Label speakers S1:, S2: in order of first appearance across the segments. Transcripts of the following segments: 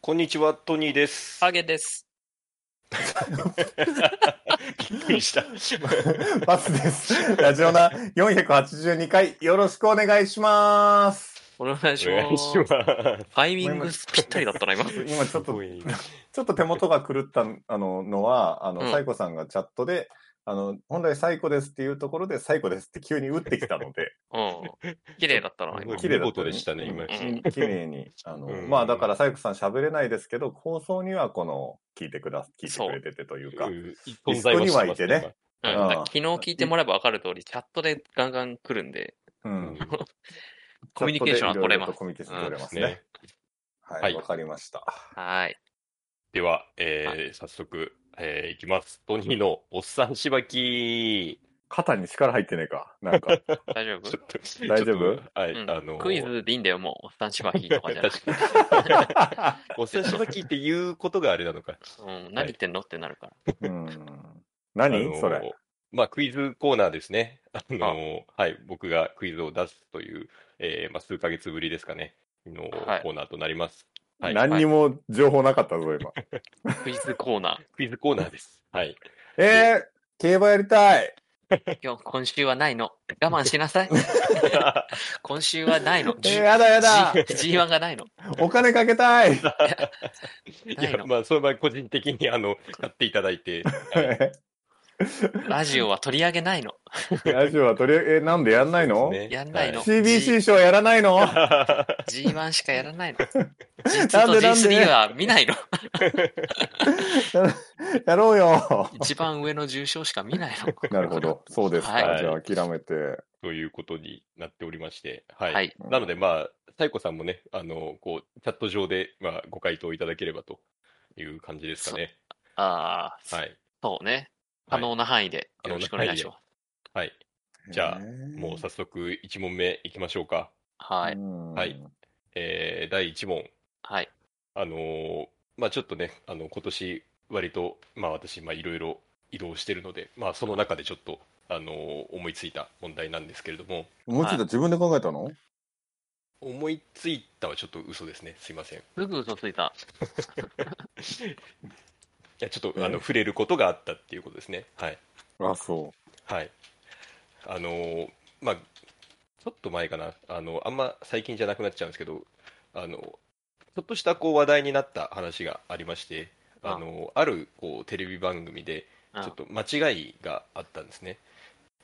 S1: こんにちは、トニーです。
S2: ハゲです。
S1: びっくりした。
S3: バスです。ラジオナ482回、よろしくお願いします。
S2: お願いし
S1: お願
S2: ま
S1: いし
S2: す。
S1: ます。
S2: タイミングぴったりだったな、今。
S3: 今ちょっ
S1: す
S3: と
S1: ご、い
S3: ちょっと手元が狂ったあののは、あの、
S2: うん
S3: サイコさんがチャットで、あの、本来サイコですっていうところで、サイコですって急に打ってきたので、
S2: うん。綺麗だったな、
S1: すごい。
S2: 今
S3: 綺麗だ
S1: 見
S3: っ
S1: 事
S3: たね
S1: でしたね、今。
S2: うん
S3: 綺麗に。あの、
S1: うん
S3: まあだからサイコさん喋れないですけど、放送にはこの、聞いてくだ、聞いてくれててというか、
S1: うん存在はしてますね。
S2: うん
S3: ああ
S2: だから昨日聞いてもらえば分かる通り、チャットでガンガン来るんで、
S3: う
S1: 今
S3: ん。
S2: コミュニケーションは取れます
S3: コミュニケーション取れます
S1: うんね
S3: ね。
S1: は
S3: はいい、わかりました。
S2: はい。
S1: では、えー早速、えーいきます。トニーのおっさんしばき。
S3: 肩に力入ってねえか。なんか、
S2: 大丈夫
S1: ちょっと
S3: 大丈夫
S1: ちょっとはい、
S2: うん
S1: あのー
S2: クイズでいいんだよ、もう。おっさんしばきとかじゃなくて。
S1: おっさんしばきっていうことがあれなのか。
S2: うん、何言ってんのってなるから。
S3: うん。
S1: あ
S3: 何、
S1: のー
S3: それ。
S1: まあ、クイズコーナーですね。あのーはい、僕がクイズを出すという、えーまあ、数ヶ月ぶりですかね、の
S2: はい
S1: コーナーとなります。はい、
S3: 何にも情報なかったぞ、 今。
S2: クイズコーナ
S1: クイズコーナー です。はい。
S3: えー、競馬やりたい
S2: ー。今日、今週はないの。我慢しなさい。今週はないの。
S3: えー、
S2: G-
S3: やだやだ
S2: G1 がないの。
S3: お金かけたい
S1: い
S2: ない
S1: や、
S2: の
S1: まあ、その場合、個人的に、あの、買っていただいて、
S2: ラジオは取り上げないの。
S3: ラジオはとりあえず、えーなんでやんないの、
S1: そうですね
S2: やんないの
S1: は
S3: ?CBC 賞やらな いの
S2: G1 しかやらないの。G2
S3: なん
S2: と
S3: でなんで
S2: G3 は見ないの。
S3: やろうよ
S2: 一番上の重賞しか見ないの。
S3: なるほど。そうですか。
S2: はい
S3: じゃあ諦めて。
S1: ということになっておりまして、はい。
S2: はい。
S1: なので、まあ、サイコさんもね、あの、こう、チャット上で、まあ、ご回答いただければという感じですかね。
S2: ああ、
S1: はい。
S2: そうね。可能な範囲で
S1: はい
S2: よろしくお願いします。
S1: はい。じゃあ
S3: えー
S1: もう早速、1問目いきましょうか。
S2: は
S3: う
S2: い。
S3: ん
S1: はいえー第1問。
S2: はい。
S1: あのーまあ、ちょっとね、あの今年割と、まあ、私、まあ、いろいろ移動してるので、まあ、その中でちょっと、あのー思いついた問題なんですけれども、
S3: もうちょっと自分で考えたの、
S1: 思いついたはちょっと嘘ですね、すいません。い
S2: すぐ嘘ついた。
S1: や、ちょっと
S3: え
S1: あの触れることがあったっていうことですね。はい。
S3: あ、そ
S1: はい。あのーまあ、ちょっと前かな、あの、あんま最近じゃなくなっちゃうんですけど、あの、ちょっとしたこう話題になった話がありまして、あのあるこうテレビ番組で、
S2: うん
S1: ちょっと間違いがあったんですね。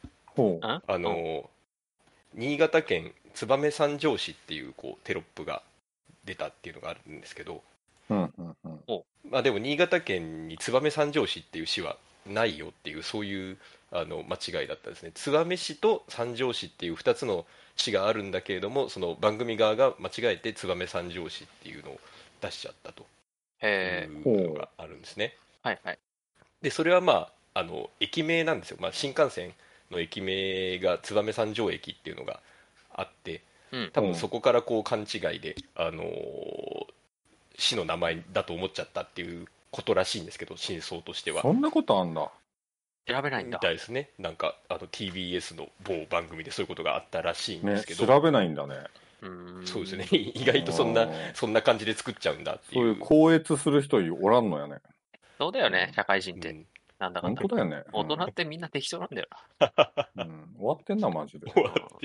S3: う。ほ
S2: あ
S1: あの、新潟県燕三条市っていうこうテロップが出たっていうのがあるんですけど、
S3: う。うんうんうん。
S1: まあ、でも新潟県に燕三条市っていう市はないよっていうそういうあの間違いだったんですね燕市と三条市っていう2つの市があるんだけれどもその番組側が間違えて燕三条市っていうのを出しちゃったとい
S2: えー、
S1: うのがあるんですね。
S2: はいはい。
S1: でそれはまああの駅名なんですよ、まあ、新幹線の駅名が燕三条駅っていうのがあって、
S2: うん
S1: 多分そこからこう勘違いで、あのー市の名前だと思っちゃったっていうことらしいんですけど真相としては
S3: そんなことあんだ。
S2: 選べないん
S1: み
S2: だ。
S1: たいですねなんかあの TBS の某番組でそういうことがあったらしいんで
S3: ね、
S1: すけど、
S3: 調べないんだね。
S2: うーん
S1: そうですね。 意外とそんなそんな感じで作っちゃうんだって
S3: そ
S1: いうう
S3: いう高越する人おらんのやね。
S2: そうだよね、社会人っ
S1: う
S2: て。
S1: ん
S2: なんだかん
S3: 本
S2: だ。
S3: 当だよね。
S2: 大人ってみんな適当なんだよ
S3: うん、うん終わってんな、マ ジで。
S1: 終わっ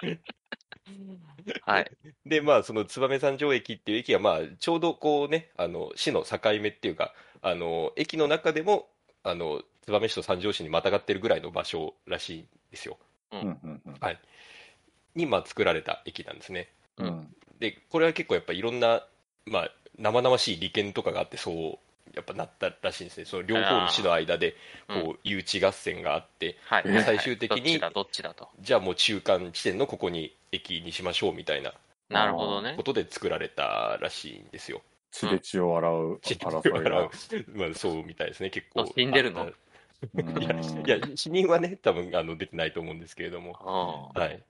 S1: て
S2: な。はい。
S1: で、まあ、その燕三条駅っていう駅は、まあ、ちょうどこうね、あの、市の境目っていうか、あの、駅の中でも、あの、燕市と三条市にまたがってるぐらいの場所らしいんですよ。
S3: うんうんうん
S1: に、まあ、作られた駅なんですね。
S2: うん
S3: うん
S1: で、これは結構やっぱいろんな、まあ、生々しい利権とかがあって、そう、やっぱなったらしいんですね。その両方の市の間で、
S2: あー
S1: こう、誘致合戦があって、
S2: はい。
S3: えー
S1: 最終的に
S2: どっちだ、どっちだと。
S1: じゃあもう中間地点のここに駅にしましょうみたいな
S2: なるほどね
S1: こ。とで作られたらしいんですよ。
S3: 血で血を洗う
S1: 血で血を
S3: 争い
S1: 洗う
S3: が。
S1: まあ、そうみたいですね、結構。
S2: あ死んでるの
S1: あっ
S3: うん
S1: たいや、死人はね、多分あの出てないと思うんですけれども。
S2: ああ。
S1: はい、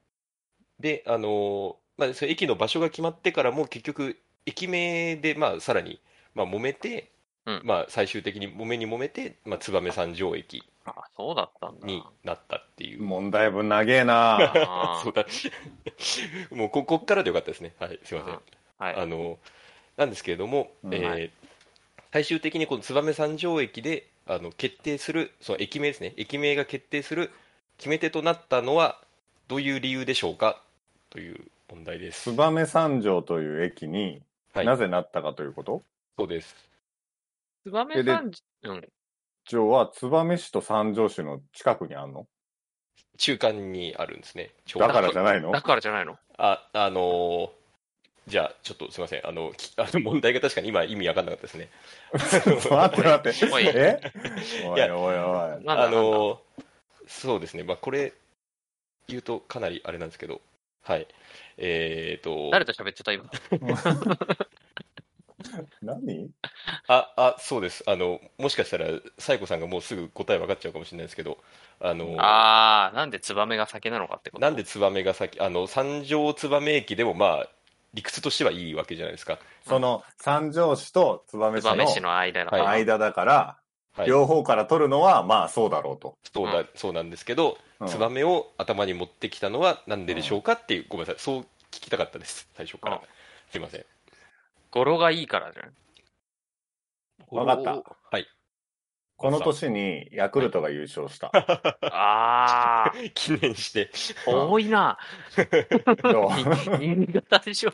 S1: で、あのーまあ、その駅の場所が決まってからも、結局、駅名で、まあ、さらに、まあ、揉めて、
S2: うん
S1: まあ、最終的に揉めに揉めて、まあ、燕三条駅
S2: あそうだったんだ。
S1: になったっていう。
S3: 問題文長 えな。
S2: あ
S1: そうだもうここっからでよかったですね。はい、すいません。
S2: あはい。
S1: あのなんですけれども、
S3: うん
S1: えー
S2: は
S1: 最終的にこの燕三条駅であの決定するその駅名ですね駅名が決定する決め手となったのはどういう理由でしょうかという問題です。
S3: 燕三条という駅に、
S1: はい
S3: なぜなったかということ
S1: そうです。
S2: ツバメ三条、うん。
S3: 一応は燕市と三条市の近くにあるの
S1: 中間にあるんですね。ちょうど
S3: だからじゃないの
S2: だからじゃないの
S1: あ、あのーじゃあ、ちょっとすみません。あの、き あの問題が確かに今意味わかんなかったですね。
S3: ちょっと 待って待って。
S2: おい
S3: えおい
S1: や
S3: お いおい。
S2: なんだ
S1: あのーそうですね。まあ、これ、言うとかなりあれなんですけど、はい。えっ、と、
S2: 誰と喋ってた今。
S3: 何
S1: あ、あ、そうです。あの、もしかしたら、サイコさんがもうすぐ答え分かっちゃうかもしれないですけど、あのー
S2: あー、なんでツバメが先なのかってこと
S1: なんでツバメが先、あの、三条ツバメ駅でも、まあ、理屈としてはいいわけじゃないですか。
S3: その三条市と燕
S2: ツバメ
S3: 市
S2: 市
S3: の
S2: の間の。
S1: はい
S3: 間だから、
S1: はい。
S3: 両方から取るのはまあそうだろうと。
S1: そう
S2: う
S1: だ、そうなんですけど、
S3: うん
S1: ツバメを頭に持ってきたのはなんででしょうかっていう、ごめんなさい、そう聞きたかったです、最初か
S2: うん
S1: ら。すいません。
S2: 語呂がいいからじゃん。
S3: わかった
S1: おー。はい。
S3: この年にヤクルトが優勝した。
S2: あ
S1: 記念して。
S2: ー、多い な。
S3: どう
S2: 新潟でしょ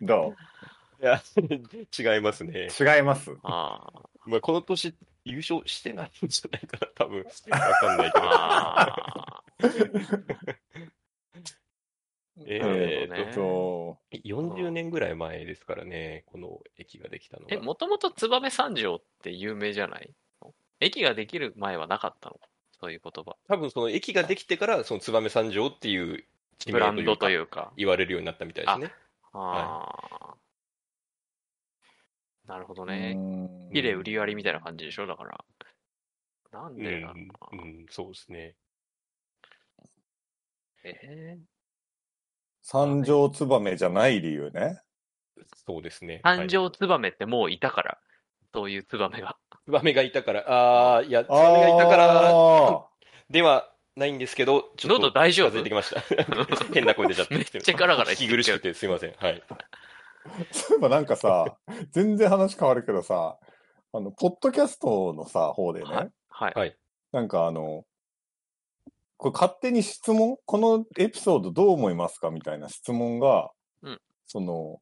S3: うんど
S1: いや、 違いますね。
S3: う違います。
S2: あー
S1: まあ、この年、優勝してないんじゃないかな、多分。わかんないけど。
S2: あ
S1: え
S2: なる
S1: ー
S2: ほ
S1: と、
S2: どね
S3: そ
S1: 40年ぐらい前ですからね、この駅ができたの
S2: ー。え、
S1: は。
S2: もともとツバメ三条って有名じゃないの駅ができる前はなかったのそういう言葉。
S1: 多分その駅ができてから、その燕三条っていう地
S2: ブランドと
S1: う
S2: い
S1: か
S2: うか。
S1: 言われるようになったみたいですね。
S2: ああ、なるほど
S3: う。
S2: ね。
S3: うん
S2: ヒレ売り割りみたいな感じでしょだから。な
S1: う
S2: ん
S1: ん
S2: でなのか
S1: う
S2: な、
S1: ん、そうですね。
S2: えー
S3: 三条燕じゃない理由ね。
S1: そうですね。はい
S2: 誕生ツバメってもういたから。そういうツバメが。
S1: ツバメがいたから、ああ、いや、ツバメがいたから
S3: あ
S1: ではないんですけど、ちょっと
S2: 喉大丈夫
S1: 近づいてきました。 変な声出ちゃって。
S2: めっちゃガラガラ
S1: 聞き苦しくて、すいません。はい。
S3: ーそういえばなんかさ、全然話変わるけどさ、あの、ポッドキャストのさ、方でね、
S2: はいはい。
S1: はい
S3: なんかあの、これ勝手に質問、このエピソードどう思いますかみたいな質問が、
S2: うん
S3: その、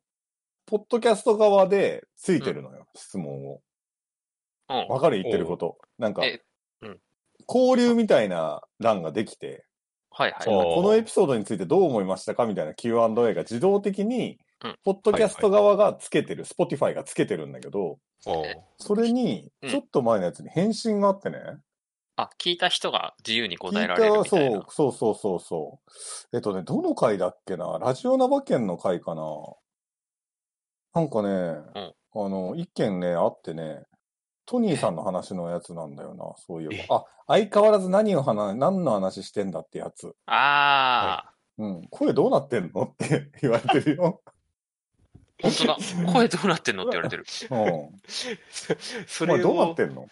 S3: ポッドキャスト側でついてるのよ、質問を。
S2: うん
S3: わかる言ってること。なんか
S2: え、うん
S3: 交流みたいな欄ができて、
S2: はい
S3: そ
S2: は
S3: の
S1: おー
S3: このエピソードについてどう思いましたかみたいな Q&A が自動的に
S2: うん、
S3: ポッドキャスト側がつけてる、Spotify がつけてるんだけど、
S1: お
S2: え
S3: それに
S2: う、ん
S3: ちょっと前のやつに返信があってね、
S2: あ、聞いた人が自由に答えら
S3: 聞
S2: れる
S3: い
S2: み
S3: た
S2: たい
S3: そう
S2: な。、
S3: そうそうそうそう。えっとね、どの回だっけなラジオナバ県の回かななんかね、あの、一件ね、あってね、トニーさんの話のやつなんだよな、そういえば。あ、相変わらず何を話、何の話してんだってやつ。
S2: あ
S3: うん、声どうなってんのって 言われてるよ。
S2: あ、本当だ。声どうなってんのって言われてる。
S3: うん。
S1: そ
S3: お前
S1: れ
S3: どうなっ
S1: を
S3: てんの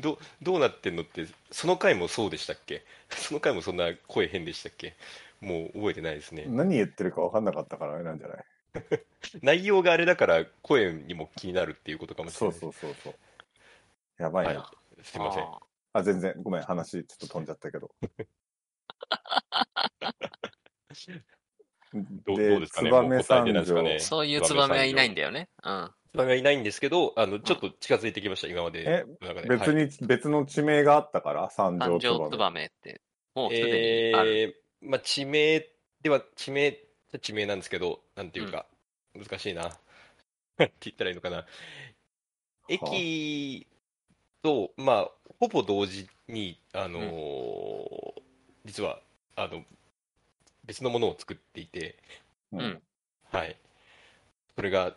S1: ど、どうなってんのって、その回もそうでしたっけその回もそんな声変でしたっけもう覚えてないですね。
S3: 何言ってるか分かんなかったからあれなんじゃない
S1: 内容があれだから、声にも気になるっていうことかもし
S3: そ
S1: れ
S3: う
S1: ない。
S3: そうそうそう。やばいな。
S1: はい。すいません。
S2: あ
S3: あ、全然、ごめん、話ちょっと飛んじゃったけど。
S1: どうどうですかね
S3: 燕
S1: も
S3: 三
S1: う答えてないですか
S3: 条、
S2: ー
S1: ね
S2: そういうツバメはいないんだよね。うん。
S1: ツバメはいないんですけど、あの、ちょっと近づいてきました、今まで
S3: え
S1: の中で。
S3: 別
S1: はい
S3: に、別の地名があったから、三条
S2: 誕
S3: 燕
S2: 生ツバメって、もうすで
S1: え
S2: にある。
S1: えーまあ、地名では、地名っちゃ地名なんですけど、なんていうか、難しいな。って言ったらいいのかな。駅と、まあ、ほぼ同時に、あのー実は、あの、別のものを作っていて、
S3: う
S2: うん
S3: ん。
S1: はい。それが、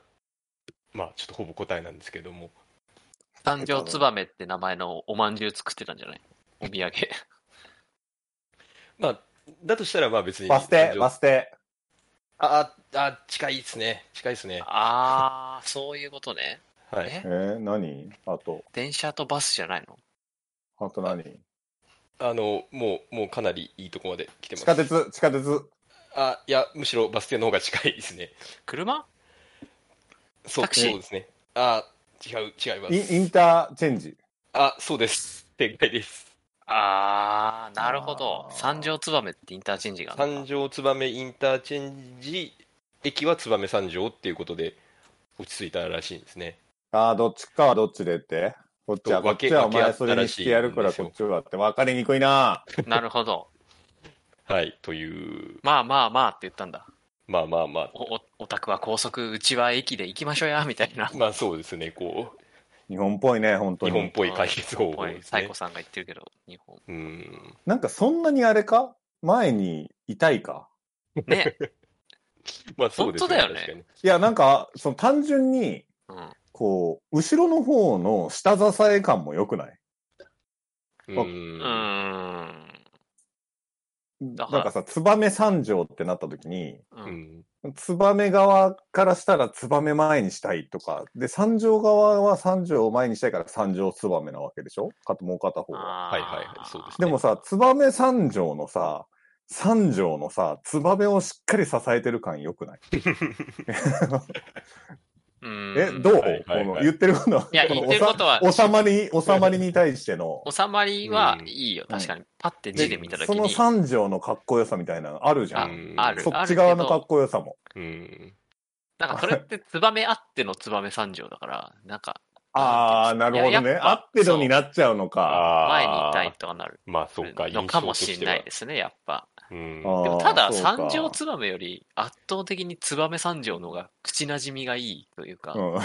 S1: まあ、ちょっとほぼ答えなんですけども、
S2: 誕生ツバメって名前のおまんじゅう作ってたんじゃないお土産。
S1: まあ、だとしたら、まあ別に。
S3: バス停、バス停。
S1: あ、あ、あ近いですね。近いですね。
S2: ああ、そういうことね。
S1: はい。
S2: え
S3: えー、何あと、
S2: 電車とバスじゃないの
S3: あと何
S1: あの、もう、もうかなりいいとこまで来てま
S3: 地
S1: す。
S3: 下鉄、地下鉄。
S1: あ、いや、むしろバス停の方が近いですね。
S2: 車
S1: そう
S2: タクシー
S1: そうですね。あ違う、違いま
S3: イン
S1: す。
S3: インターチェンジ。
S1: あそうです。正解です。
S2: あー、なるほど
S3: あ。ー
S2: 三条燕ってインターチェンジがある
S1: 三
S2: んだ。
S1: 条燕インターチェンジ駅は燕三条っていうことで落ち着いたらしいんですね。
S3: ああ、どっちかはどっちでって。こっちは、
S1: と
S3: こっ
S1: 分け
S3: ちはお
S1: 分け合
S3: 前
S1: った
S3: そ
S1: らしい
S3: れにしてやるからこっちはって分かりにくいな。
S2: なるほど。
S1: はい、という、
S2: まあまあまあって言ったんだ。
S1: まあまあまあ、
S2: お、おオタクは高速、うちは駅で行きましょうや、みたいな。
S1: まあそうですね、こ
S3: 日本っぽいね、本
S1: う、
S3: 当
S1: 日本っ
S3: に。
S1: ぽい解決方法です
S2: サイ
S1: ね
S2: コ。さんが言ってるけど、日 本。
S1: うん、
S3: なんかそんなにあれか前にいたいか
S2: ね。
S1: まあそうですね、
S2: 本当だよね
S1: 確かに。
S3: いや、なんか、その単純に、
S2: うん。
S3: こう、後ろの方の下支え感も良くない
S1: う、
S2: うんーん。
S3: な
S2: だ
S3: ん
S2: から
S3: かさ、燕三条ってなった時に、
S2: う。
S1: うんん
S3: 燕側からしたら燕前にしたいとか、で、三条側は三条を前にしたいから三条燕なわけでしょかともう片方
S2: あ
S3: は。
S1: は
S2: ー
S1: いはいはいそうです
S3: でもさ、燕三条のさ、三条のさ、燕をしっかり支えてる感良くない、
S2: うん
S3: え、どう、
S1: はいはいはい
S3: この言ってることは、
S2: いや
S3: の
S2: 言ってることは
S3: おさ収まり、収まりに対しての、
S2: 収まりは
S1: うん
S2: いいよ、
S3: うん
S2: 確かに。パッて字で見たとき
S3: その
S2: に。
S3: 三条のかっこよさみたいなのあるじゃ
S2: あ
S3: ん。
S2: ある
S3: そ
S2: あ
S3: っ
S2: るけ
S3: ち
S2: ど
S3: 側のかっこよさも。
S1: うん、
S2: なんかそれって、ツバメあってのツバメ三条だから、なんか、
S3: ああ、なるほ
S2: いや
S3: どね。
S2: やっぱ
S3: 合ってるになっちゃうのか。
S2: 前にいたい
S1: あ
S2: とかなる
S1: ーまあそうか、
S2: のかもしれないですね、やっぱ。
S1: す。うん、
S3: あー
S2: でもただ、
S3: そうか
S2: 三条ツバメより圧倒的にツバメ三条の方が口なじみがいいというか、
S3: うん。
S1: うんま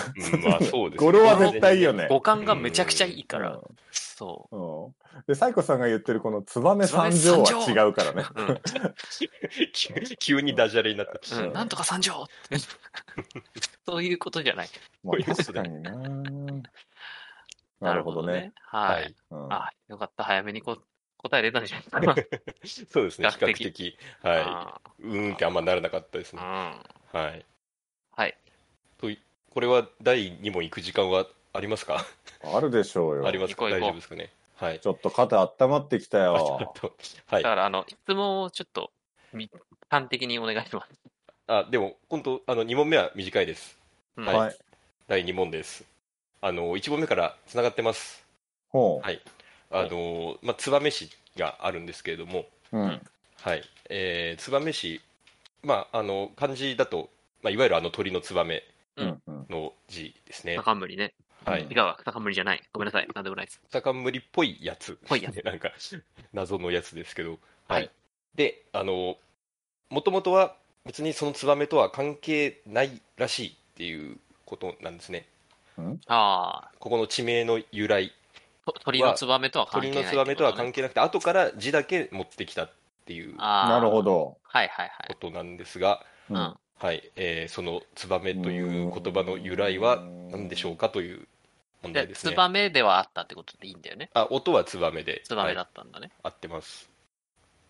S1: あそうですね
S3: 語呂は絶対いいよね。
S2: 五感がめちゃくちゃいいから、
S3: うん
S2: そ
S3: うんで、サイコさんが言ってるこの燕三条は違うからね。
S2: う。うん
S1: 急 急にダジャレになった。
S2: うん、なんとか三条って。そういうことじゃない。
S3: ま
S1: こういうこ
S3: あ、
S1: と
S3: 確
S1: だ
S3: かにな。 なるほどね。。
S2: はい。
S1: はい
S3: うん
S2: あ、よかった。早めにこ答え出たんじゃないか
S1: そうですね、比
S2: 比較
S1: 較
S2: 的
S1: 的、
S2: な。
S1: はい、うーんってあんまならなかったです
S2: う
S1: ね。
S2: ん。
S1: はい、
S2: はい。
S1: といこれは第2問行く時間はありますか
S3: あるでしょうよ。
S1: ありますか
S2: 行こう行こう
S1: 大丈夫ですかね。はい、
S3: ちょっと肩温まってきた
S1: あちょ
S3: よ
S1: っ。とは
S2: だ
S1: い、
S2: から、あの、質問をちょっと、み端的にお願いします。
S1: あでも、本当あの、2問目は短いです。
S2: うん
S1: はい
S3: はい。
S1: 第2問です。あの1問目からつながってます。
S3: ほ
S1: はいあのまあ、燕市があるんですけれども、
S3: う。うん。
S1: はいえー、燕市、まあ、あの漢字だと、まあ、いわゆるあの鳥の燕
S3: うん。うん
S1: の字ですね。
S2: 高森ね。
S1: はい
S2: 違、うわ、高森じゃない。ごめんなさい。なんでもないです。
S1: 草冠っぽいやつ、
S2: ぽいやつ
S1: なんか謎のやつですけど、
S2: はい
S1: であのもともとは別にそのツバメとは関係ないらしいっていうことなんですね
S2: あ
S1: ここの地名の由来
S2: あ、と鳥のツバメとは関係
S1: 鳥
S2: ない、
S1: のツバメとは関係なくて後から字だけ持ってきたっていうこ
S2: ああ。
S3: なるほ。ど。
S2: はいはいはい。
S1: となんですが、
S2: うん。
S1: はいえーそのツバメという言葉の由来は何でしょうかという問題
S2: で、
S1: です
S2: ツ
S1: ね
S2: バメではあったってことでいいんだよね。
S1: あ音はツバメで
S2: ツバメ
S1: は
S2: だ
S1: い
S2: ったんだね。
S1: 合ってます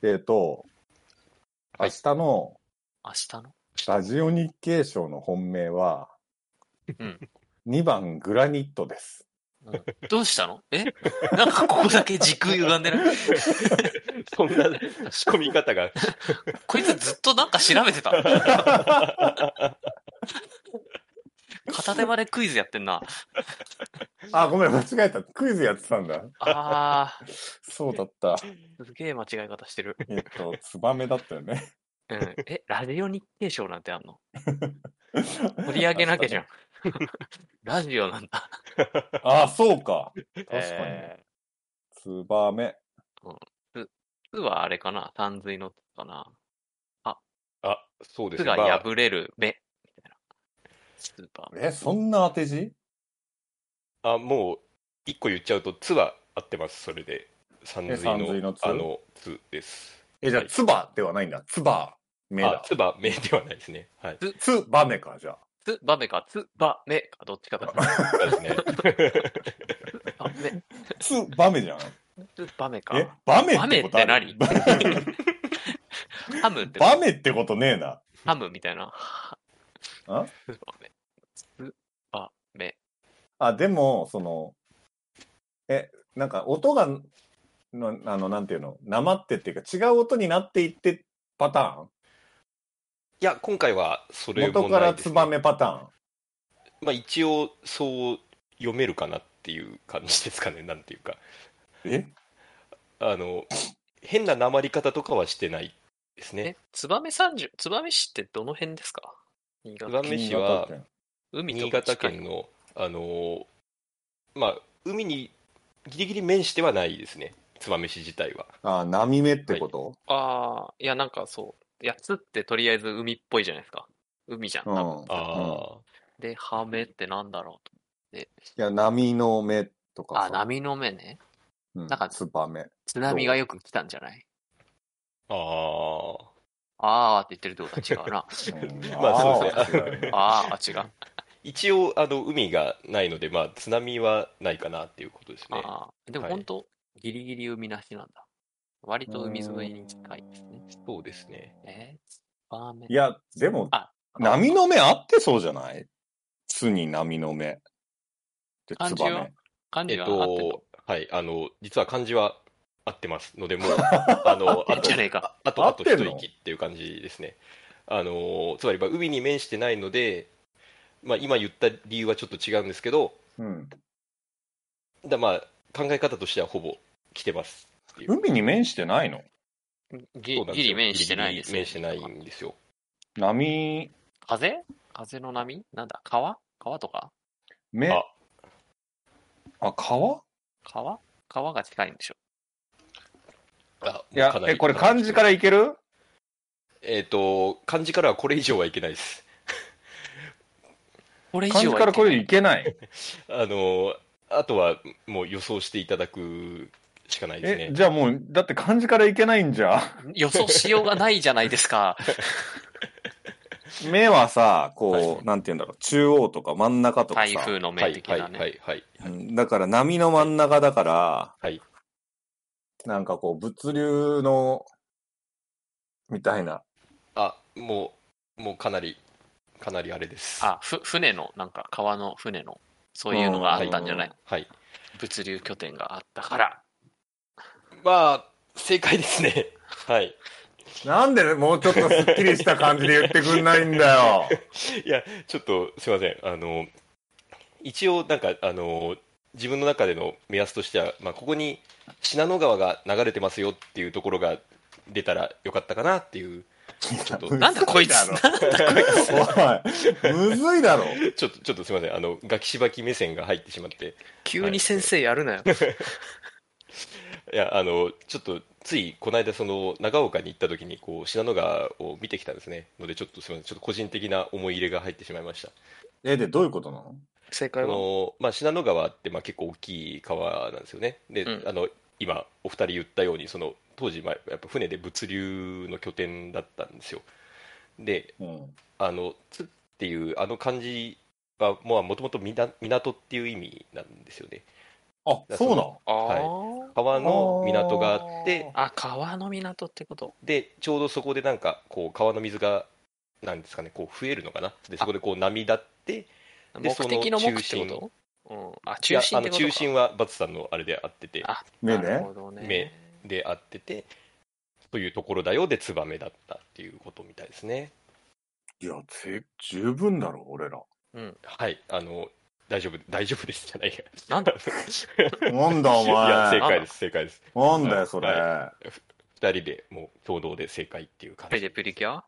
S3: うん。えっと、
S1: は
S3: 明
S1: い
S3: 日の
S2: 明日の
S3: ラジオ日経賞の本命は
S2: うん、
S3: 2番グラニットです。
S2: どうしたのえなんかここだけ時空歪んでない
S1: そんな仕込み方 が
S2: こいつずっとなんか調べてた。片手までクイズやってんな。
S3: あ、ごめん、間違えた。クイズやってたんだ。
S2: あー、
S3: そうだった。
S2: すげえ間違い方してる。
S3: えっと、ツバメだったよね。
S2: うん。え、ラジオ日経賞なんてあん の取り上げなきゃじゃん。 ラジオなんだ。
S3: あ、そうか。確かに。
S2: え
S3: ツバメ。
S2: ー、つはあれかな単髄のつかな
S1: あ、そうです
S2: つ
S1: ね。
S2: が
S1: まあ
S2: 破れる目。みたいな。スーパー。
S3: え、そんな当て字
S1: あ、もう、一個言っちゃうと、つは合ってます、それで。三髄
S3: え三髄
S1: の、
S3: のつ
S1: あの、つです。
S3: え、じゃあ、ツバではないんだ。ツバメ
S1: あ
S3: だ、。
S1: つば、目ではないですね。はい。
S3: ツバメか、じゃあ。
S2: つばめか、つばめか、どっちかだ。
S1: そうです ね。
S2: あめ
S3: ツバメじゃん。
S2: つばめ
S3: え
S2: か。、
S3: バメ
S2: ば
S3: っ
S2: め
S3: て
S2: っ
S3: こと
S2: て
S3: あ
S2: 何
S3: る
S2: ハムって
S3: バメってことねえな。
S2: ハムみたいな。
S3: あ
S2: つばめ。つばめ。
S3: あ、でも、その、え、なんか音が、のあの、なんていうの、なまってっていうか、違う音になっていってパタ
S1: いや、今回は、そ
S3: ー
S1: れ
S3: ン元
S1: も
S3: か
S1: ない
S3: ら
S1: で
S3: ツ
S1: す、ね。
S3: バメパターン。
S1: まあ、一応そう読めるかなっていう感じですかねなんていうか
S3: え
S1: あ の変ななまり方とかはしてないですね
S2: え、燕三条、燕市ってどの辺ですか新潟
S1: 燕市は
S3: 県
S2: 海と
S1: 新
S2: か
S1: 潟
S2: 近い
S1: 県。のあのーまあ海にギリギリ面してはないですね燕市自体は
S3: ああ、波目ってこと、
S2: ああ、いや、なんかそう、やつってとりあえず海っぽいじゃないですか。海じゃん。多分
S3: うん。
S1: あ
S2: で、ハメってなんだろう
S3: いや、波の目と
S2: と。
S3: か
S2: あ、
S3: さ、
S2: 波の目ね。
S3: うん
S2: なんか
S3: ツバ メ。
S2: 津波がよく来たんじゃない
S1: あああ
S2: あーって言ってるってことは違 うな。
S3: うん
S1: ま あそうですね
S3: ああ違う
S2: あー
S3: ね
S2: あ、違う。
S1: 一応あの海がないので、まあ、津波はないかなっていうことですね
S2: ああ、でも
S1: はい
S2: 本当、ギリギリ海なしなんだ。割と海沿いに近いですね。
S1: そうですね
S2: えー、燕
S3: いや、でも
S2: あ、
S3: 波の目あってそうじゃないつに波の目。で、
S2: 漢
S3: つ
S2: 字
S3: ば
S2: は
S3: め。
S2: 漢
S1: え
S2: 字
S1: っ
S2: は合ってんの
S1: とはいあの実は漢字は合ってますので もうあの
S2: あじゃねえか。
S1: あと、
S3: 合
S1: あ
S3: っ
S1: と
S3: て
S1: 一
S3: んの
S1: 息っていう感じですね。あのーつまり、まあ海に面してないので、まあ、今言った理由はちょっと違うんですけど、
S3: うん。
S1: だまあ考え方としてはほぼ来てます。
S3: 海に面してないの
S2: ギ
S1: そうなんですよ
S2: ギリ面してないです、ね。
S1: ギリギリ面してないんですよ。
S3: 波、
S2: 風風の波なんだ川川とか
S3: 目。
S1: あ
S3: あ川
S2: 川川が近いんでしょ。
S1: あ
S3: いや
S1: か、なり
S3: え、これ漢字からいける
S1: えっ、と、漢字からはこれ以上はいけないです。
S2: これ以
S3: 漢
S2: 上
S3: 字
S2: は
S3: からこれ
S2: い
S3: いけない。
S1: あのーあとはもう予想していただくしかないです
S3: え、
S1: ね。
S3: じゃあもう、だって漢字からいけないんじゃ。
S2: けない予想しようがないじゃないで すか。
S3: 目はさ、
S1: は
S3: こう、なんて言うんだろう、中央とか真ん中とか
S2: 台
S3: さ。
S2: 風の
S1: は
S2: 目
S1: い
S2: 的
S1: はい
S2: な
S1: は
S2: ね。
S1: いはい。
S3: うんだから波の真ん中だから、
S1: はい
S3: なんかこう、物流の、みたいな。
S1: あもうもうかなりかなりあれです。
S2: あ、ふ、船の、なんか川の船の、そういうのがあったんじゃない、
S3: う
S1: はい。
S2: 物流拠点があったから。
S1: まあ正解ですね。 はい。
S3: なんでもうちょっとすっきりした感じで言ってくんないんだよ。
S1: いや、ちょっとすいません、あの一応、なんかあの自分の中での目安としては、まあ、ここに信濃川が流れてますよっていうところが出たらよかったかなっていう、ち ょっと
S3: むずいだろ
S2: なんだこいつなんだこいつ
S3: おい、むずいだろ。
S1: ちょっとちょっとすみません、あのガキしばき目線が入ってしまって、
S2: 急に先生やるなよ。
S1: いや、あのちょっとついこの間、その長岡に行った時にこう信濃川を見てきたんですね、ので、ちょっとすみません、ちょっと個人的な思い入れが入ってしまいました。
S3: え、で、どういうことなの
S2: 正
S1: あ
S2: 解 は
S1: のまあ、信濃川ってまあ結構大きい川なんですよね、で
S2: うん
S1: あの今、お二人言ったように、その当時、まあやっぱ船で物流の拠点だったんですよ。で、
S3: うん。
S1: あの津っていうあの漢字は、もともと港っていう意味なんですよね。
S3: あ、そうなの
S2: あー、
S1: 川の港があって、
S2: あ、川の港ってこと
S1: でちょうどそこでなんかこう川の水が、なんですかね、こう増えるのかな、でそこでこう波立って、
S2: 目
S1: で
S2: 的の
S1: その
S2: 目っ
S1: 中
S2: て
S1: 心
S2: ことうん。あ、
S1: いや
S2: 中心
S1: あ
S2: って
S1: の
S2: こと
S1: 中
S2: か
S1: 心はバツさんのあれで合ってて。
S2: あ
S3: 目
S2: なる
S3: ね
S2: ほ。どね。
S1: 目であっててというところだよでツバメだったっていうことみたいですね
S3: いや、ぜ十分だろ、俺ら。
S1: はいあの大丈夫大丈夫ですじゃないや
S2: なんだ
S3: なんだ、お
S1: いや正
S3: 前。
S1: 解です正解です
S3: なんだよ、それ。
S1: 二人でもう共同で正解っていう感
S2: プ
S1: じ
S2: リプリキュア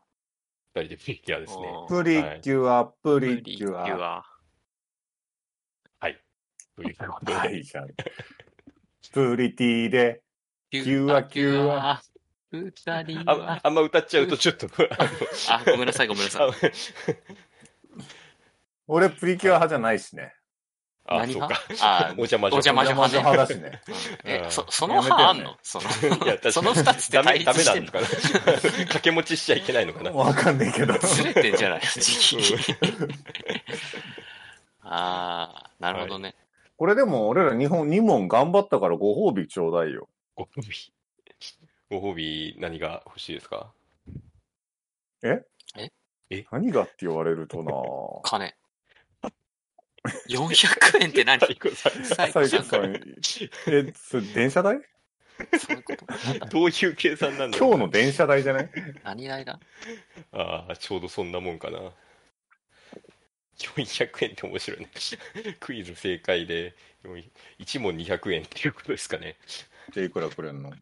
S1: 二人でプリキュアですね
S2: うん
S3: プリキュア、プリキュ
S2: プリキュ
S3: ア。
S2: ア
S1: という ことで
S3: はい、じゃん。プリティで。
S2: キ
S3: ュアキュア。
S2: 二人
S1: あ
S2: は。
S1: あんま歌っちゃうとちょっと あ
S2: あ、ごめんなさい、ごめんなさい
S1: の。
S3: 俺、プリキュア派じゃないしね。
S1: ああ
S2: 何
S1: そうか
S2: 派あ
S1: お邪魔
S2: お邪魔
S1: 女
S2: 魔女
S3: 魔女
S2: 派ね
S3: 派だしね。
S2: え
S1: う、ん
S2: そ、その派あん
S3: やめてよ
S2: のその
S1: いや確か、に
S2: その二つって
S1: ダ
S2: 対
S1: メダメ
S2: 立し
S1: な
S2: てん
S1: の
S2: の
S1: かな 掛け持ちしちゃいけないのかな
S3: わかんねえけど。
S2: ずれてんじゃない時 期。あー、なるほどね。
S3: これでも俺ら日本2問頑張ったからご褒美ちょうだいよ。
S1: ご褒美ご褒美何が欲しいですか
S3: 何がって言われるとな
S2: 金。400円って何
S1: 最高最高
S2: 最高
S3: ぁ。最
S2: じゃ
S3: 後
S2: んそ
S3: さ
S2: うい
S3: ん、え、それ電車代
S2: うことなんだ
S1: どういう計算なんだろ
S3: 今
S1: う
S3: 日の電車代じゃない
S2: 何代だ
S1: ああ、ちょうどそんなもんかな。 400円って面白いね クイズ正解で1問200円っていうことですかね
S3: で、いくらくれんの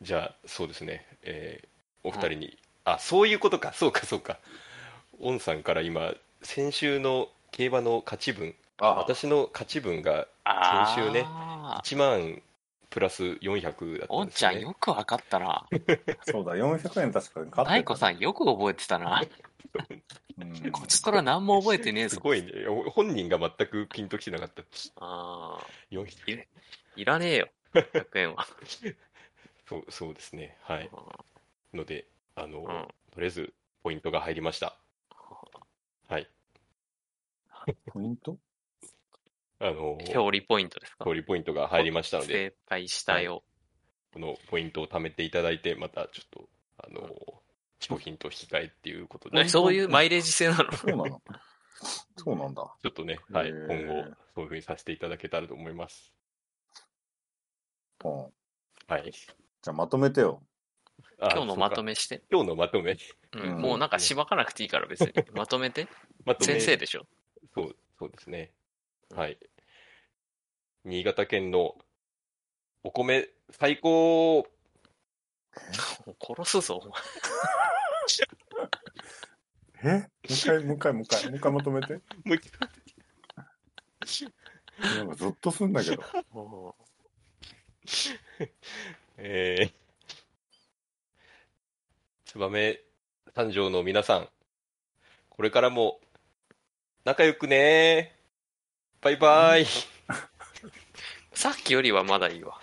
S1: じゃあそうですね、えーお二人に、あそういうことかそうかそうかオンさんから今先週の競馬の勝ち分
S2: あ
S1: 私の勝ち分が
S2: あ
S1: 先週ね
S2: あ
S1: 1
S2: ー
S1: 万プラス400だった
S2: お
S1: ん
S2: ん
S1: で
S2: ち
S1: す
S2: ゃ
S1: よね
S2: んよくわかったな。
S3: そうだ、400円確かに買って
S2: 大子さんよく覚えてたな。
S3: ん。うん
S2: こっちから何も覚えてねえ
S1: す
S2: ぞ。
S1: ごいね本人が全くピンときてなかった
S2: ああ、
S1: 400
S2: いらねえよ。100円は。
S1: そうそうですねはい
S2: うん
S1: のであの、
S2: うん
S1: とりあえずポイントが入りましたはい
S3: ポイント
S1: あの
S2: 勝利ポイントですか
S1: 勝利ポイントが入りましたので
S2: 正解したよ。
S1: このポイントを貯めていただいてまたちょっとあの商品と引き換えっていうことで
S2: ね
S1: ち
S2: そういうマイレージ制なの
S3: そうなのそうなんだ。
S1: ょっとね、はい、
S3: へー
S1: 今後そういうふうにさせていただけたらと思います
S3: うん
S1: はい
S3: じゃあまとめてよ。
S1: 今
S2: 今日のまと
S1: め
S2: めして。
S1: 今日のまとめ
S2: うん
S3: うん
S2: もうなんかしばかなくていいから別 に。まとめて。
S1: まとめ
S2: 先生でしょ。
S1: そうそうですねはい新潟県のお米最高
S2: もう殺すぞ、お前。
S3: えもう一回、もう一回、もう一回、もう一回まとめて。
S1: もう一回
S3: なんかゾッとすんだけど。
S2: もう
S1: えー、燕三条の皆さん、これからも仲良くねバイバイ。
S2: さっきよりはまだいいわ。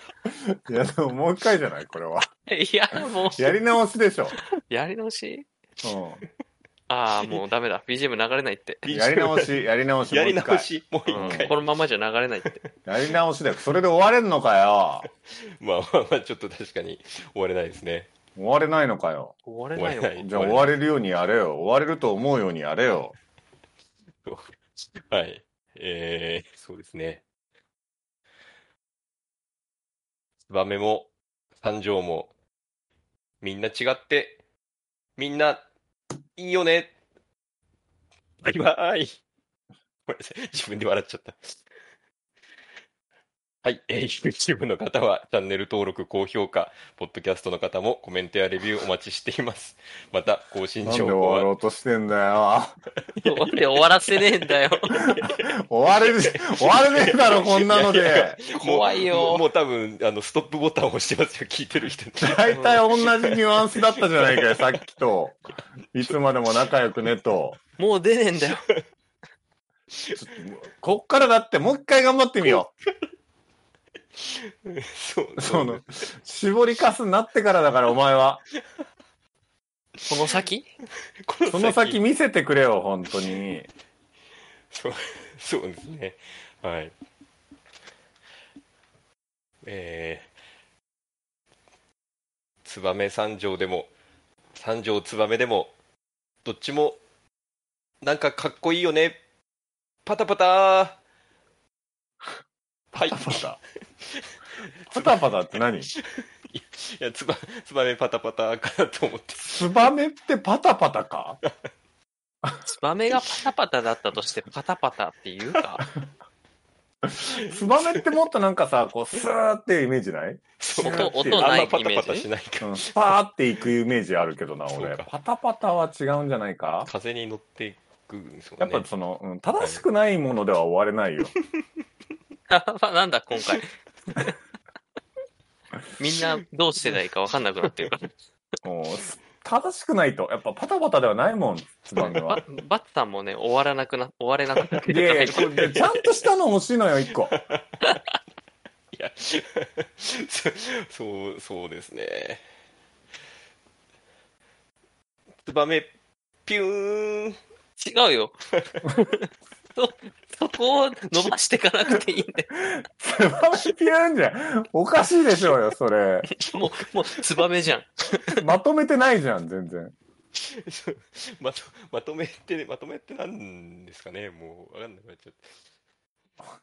S3: いや、でももう一回じゃないこれは。
S2: いや、も
S3: やり直しでしょ。
S2: う、やり直し
S3: う
S2: ああ、もうダメだ。BGM 流れないって。
S3: ん。やり直し、やり直し、も
S1: や
S3: う
S1: り
S3: 一
S1: 直
S3: 回。
S1: し、もう
S2: う
S1: 一
S2: ん
S1: 回。
S2: このままじゃ流れないって。
S3: やり直しだよ。それで終われんのかよ。
S1: まあまあまあ、ちょっと確かに終われないですね。
S3: 終われないのかよ。
S2: 終われないの
S1: 終われない
S3: じゃあ終われるようにやれよ。終われると思うようにや れよ。
S1: はい。えー、そうですね。燕も三条もみんな違って、みんないいよね。バイバイ。ごめんなさい、自分で笑っちゃった。はい、えー、YouTube の方はチャンネル登録、高評価、ポッドキャストの方もコメントやレビューお待ちしています。また、更新
S3: なんで
S1: 情
S3: 終
S1: 報
S3: わ
S1: は
S3: ろうとしてんだよ。
S2: 終われ終わらせねえん だよ。
S3: 終われる、 終われねえだろ、こんなの
S1: いやいや
S3: で。
S1: もう
S2: 怖いよ
S1: もうもう多分、あの、ストップボタンを押してますよ、聞いてる 人。
S3: 大体同じニュアンスだったじゃない かよ、さっきと。いつまでも仲良くねと。
S2: もう出ねえんだよ。
S3: ちょっとこっからだって、もう一回頑張ってみよ
S1: そう、
S3: う。その、絞りかすになってからだから、お前 は。
S2: この先
S1: こ
S3: その先。見せてくれよ、本当に。
S1: そう、そうですね。はい。えー、燕三条でも、三条燕でも、どっちも、なんかかっこいいよね。パタパタ はい。
S3: パタ。パタパタっ て何
S1: いや、つば、つばめパタパタかなと思って。
S3: ツバメってパタパタか
S2: ツバメがパタパタだったとしてパタパタって言うか
S3: ツバメってもっとなんかさ、こう、スーっていうイメージない
S1: そう
S3: 音音
S1: あん
S2: ない
S1: ま
S2: イメー
S1: パタパ
S2: ジ
S1: タしないか。
S3: うん、パーっていくイメージあるけどな、
S1: そう
S3: 俺。
S1: か
S3: パタパタは違うんじゃないか
S1: 風に乗っていくんですよ
S3: やっ
S1: ね。
S3: ぱその、うん、正しくないものでは終われないよ。
S2: ら。 なんだ今回。みんなどうしてないか分かんなくなってるから。
S3: もう正しくないと、やっぱパタパタではないもん、つばめ は
S2: バ。バッツさんもね、終わらなくな、終われなくなって
S3: いやいや
S2: るか
S3: こ
S2: ら。
S3: れちゃんとしたの欲しいのよ、一個。
S1: いやそ そう、そうですね。ツバメ、ピューン。
S2: 違うよ。 そ、そこを伸ばしていかなくていいんだよ。
S3: つばめピューンじゃん。おかしいでしょうよ、それ。
S2: もう、もう、ツバメじゃん。
S3: まとめてないじゃん、全然。
S1: まとまとめって、まとめってなんですかね。もう、わかんなくなっちゃって。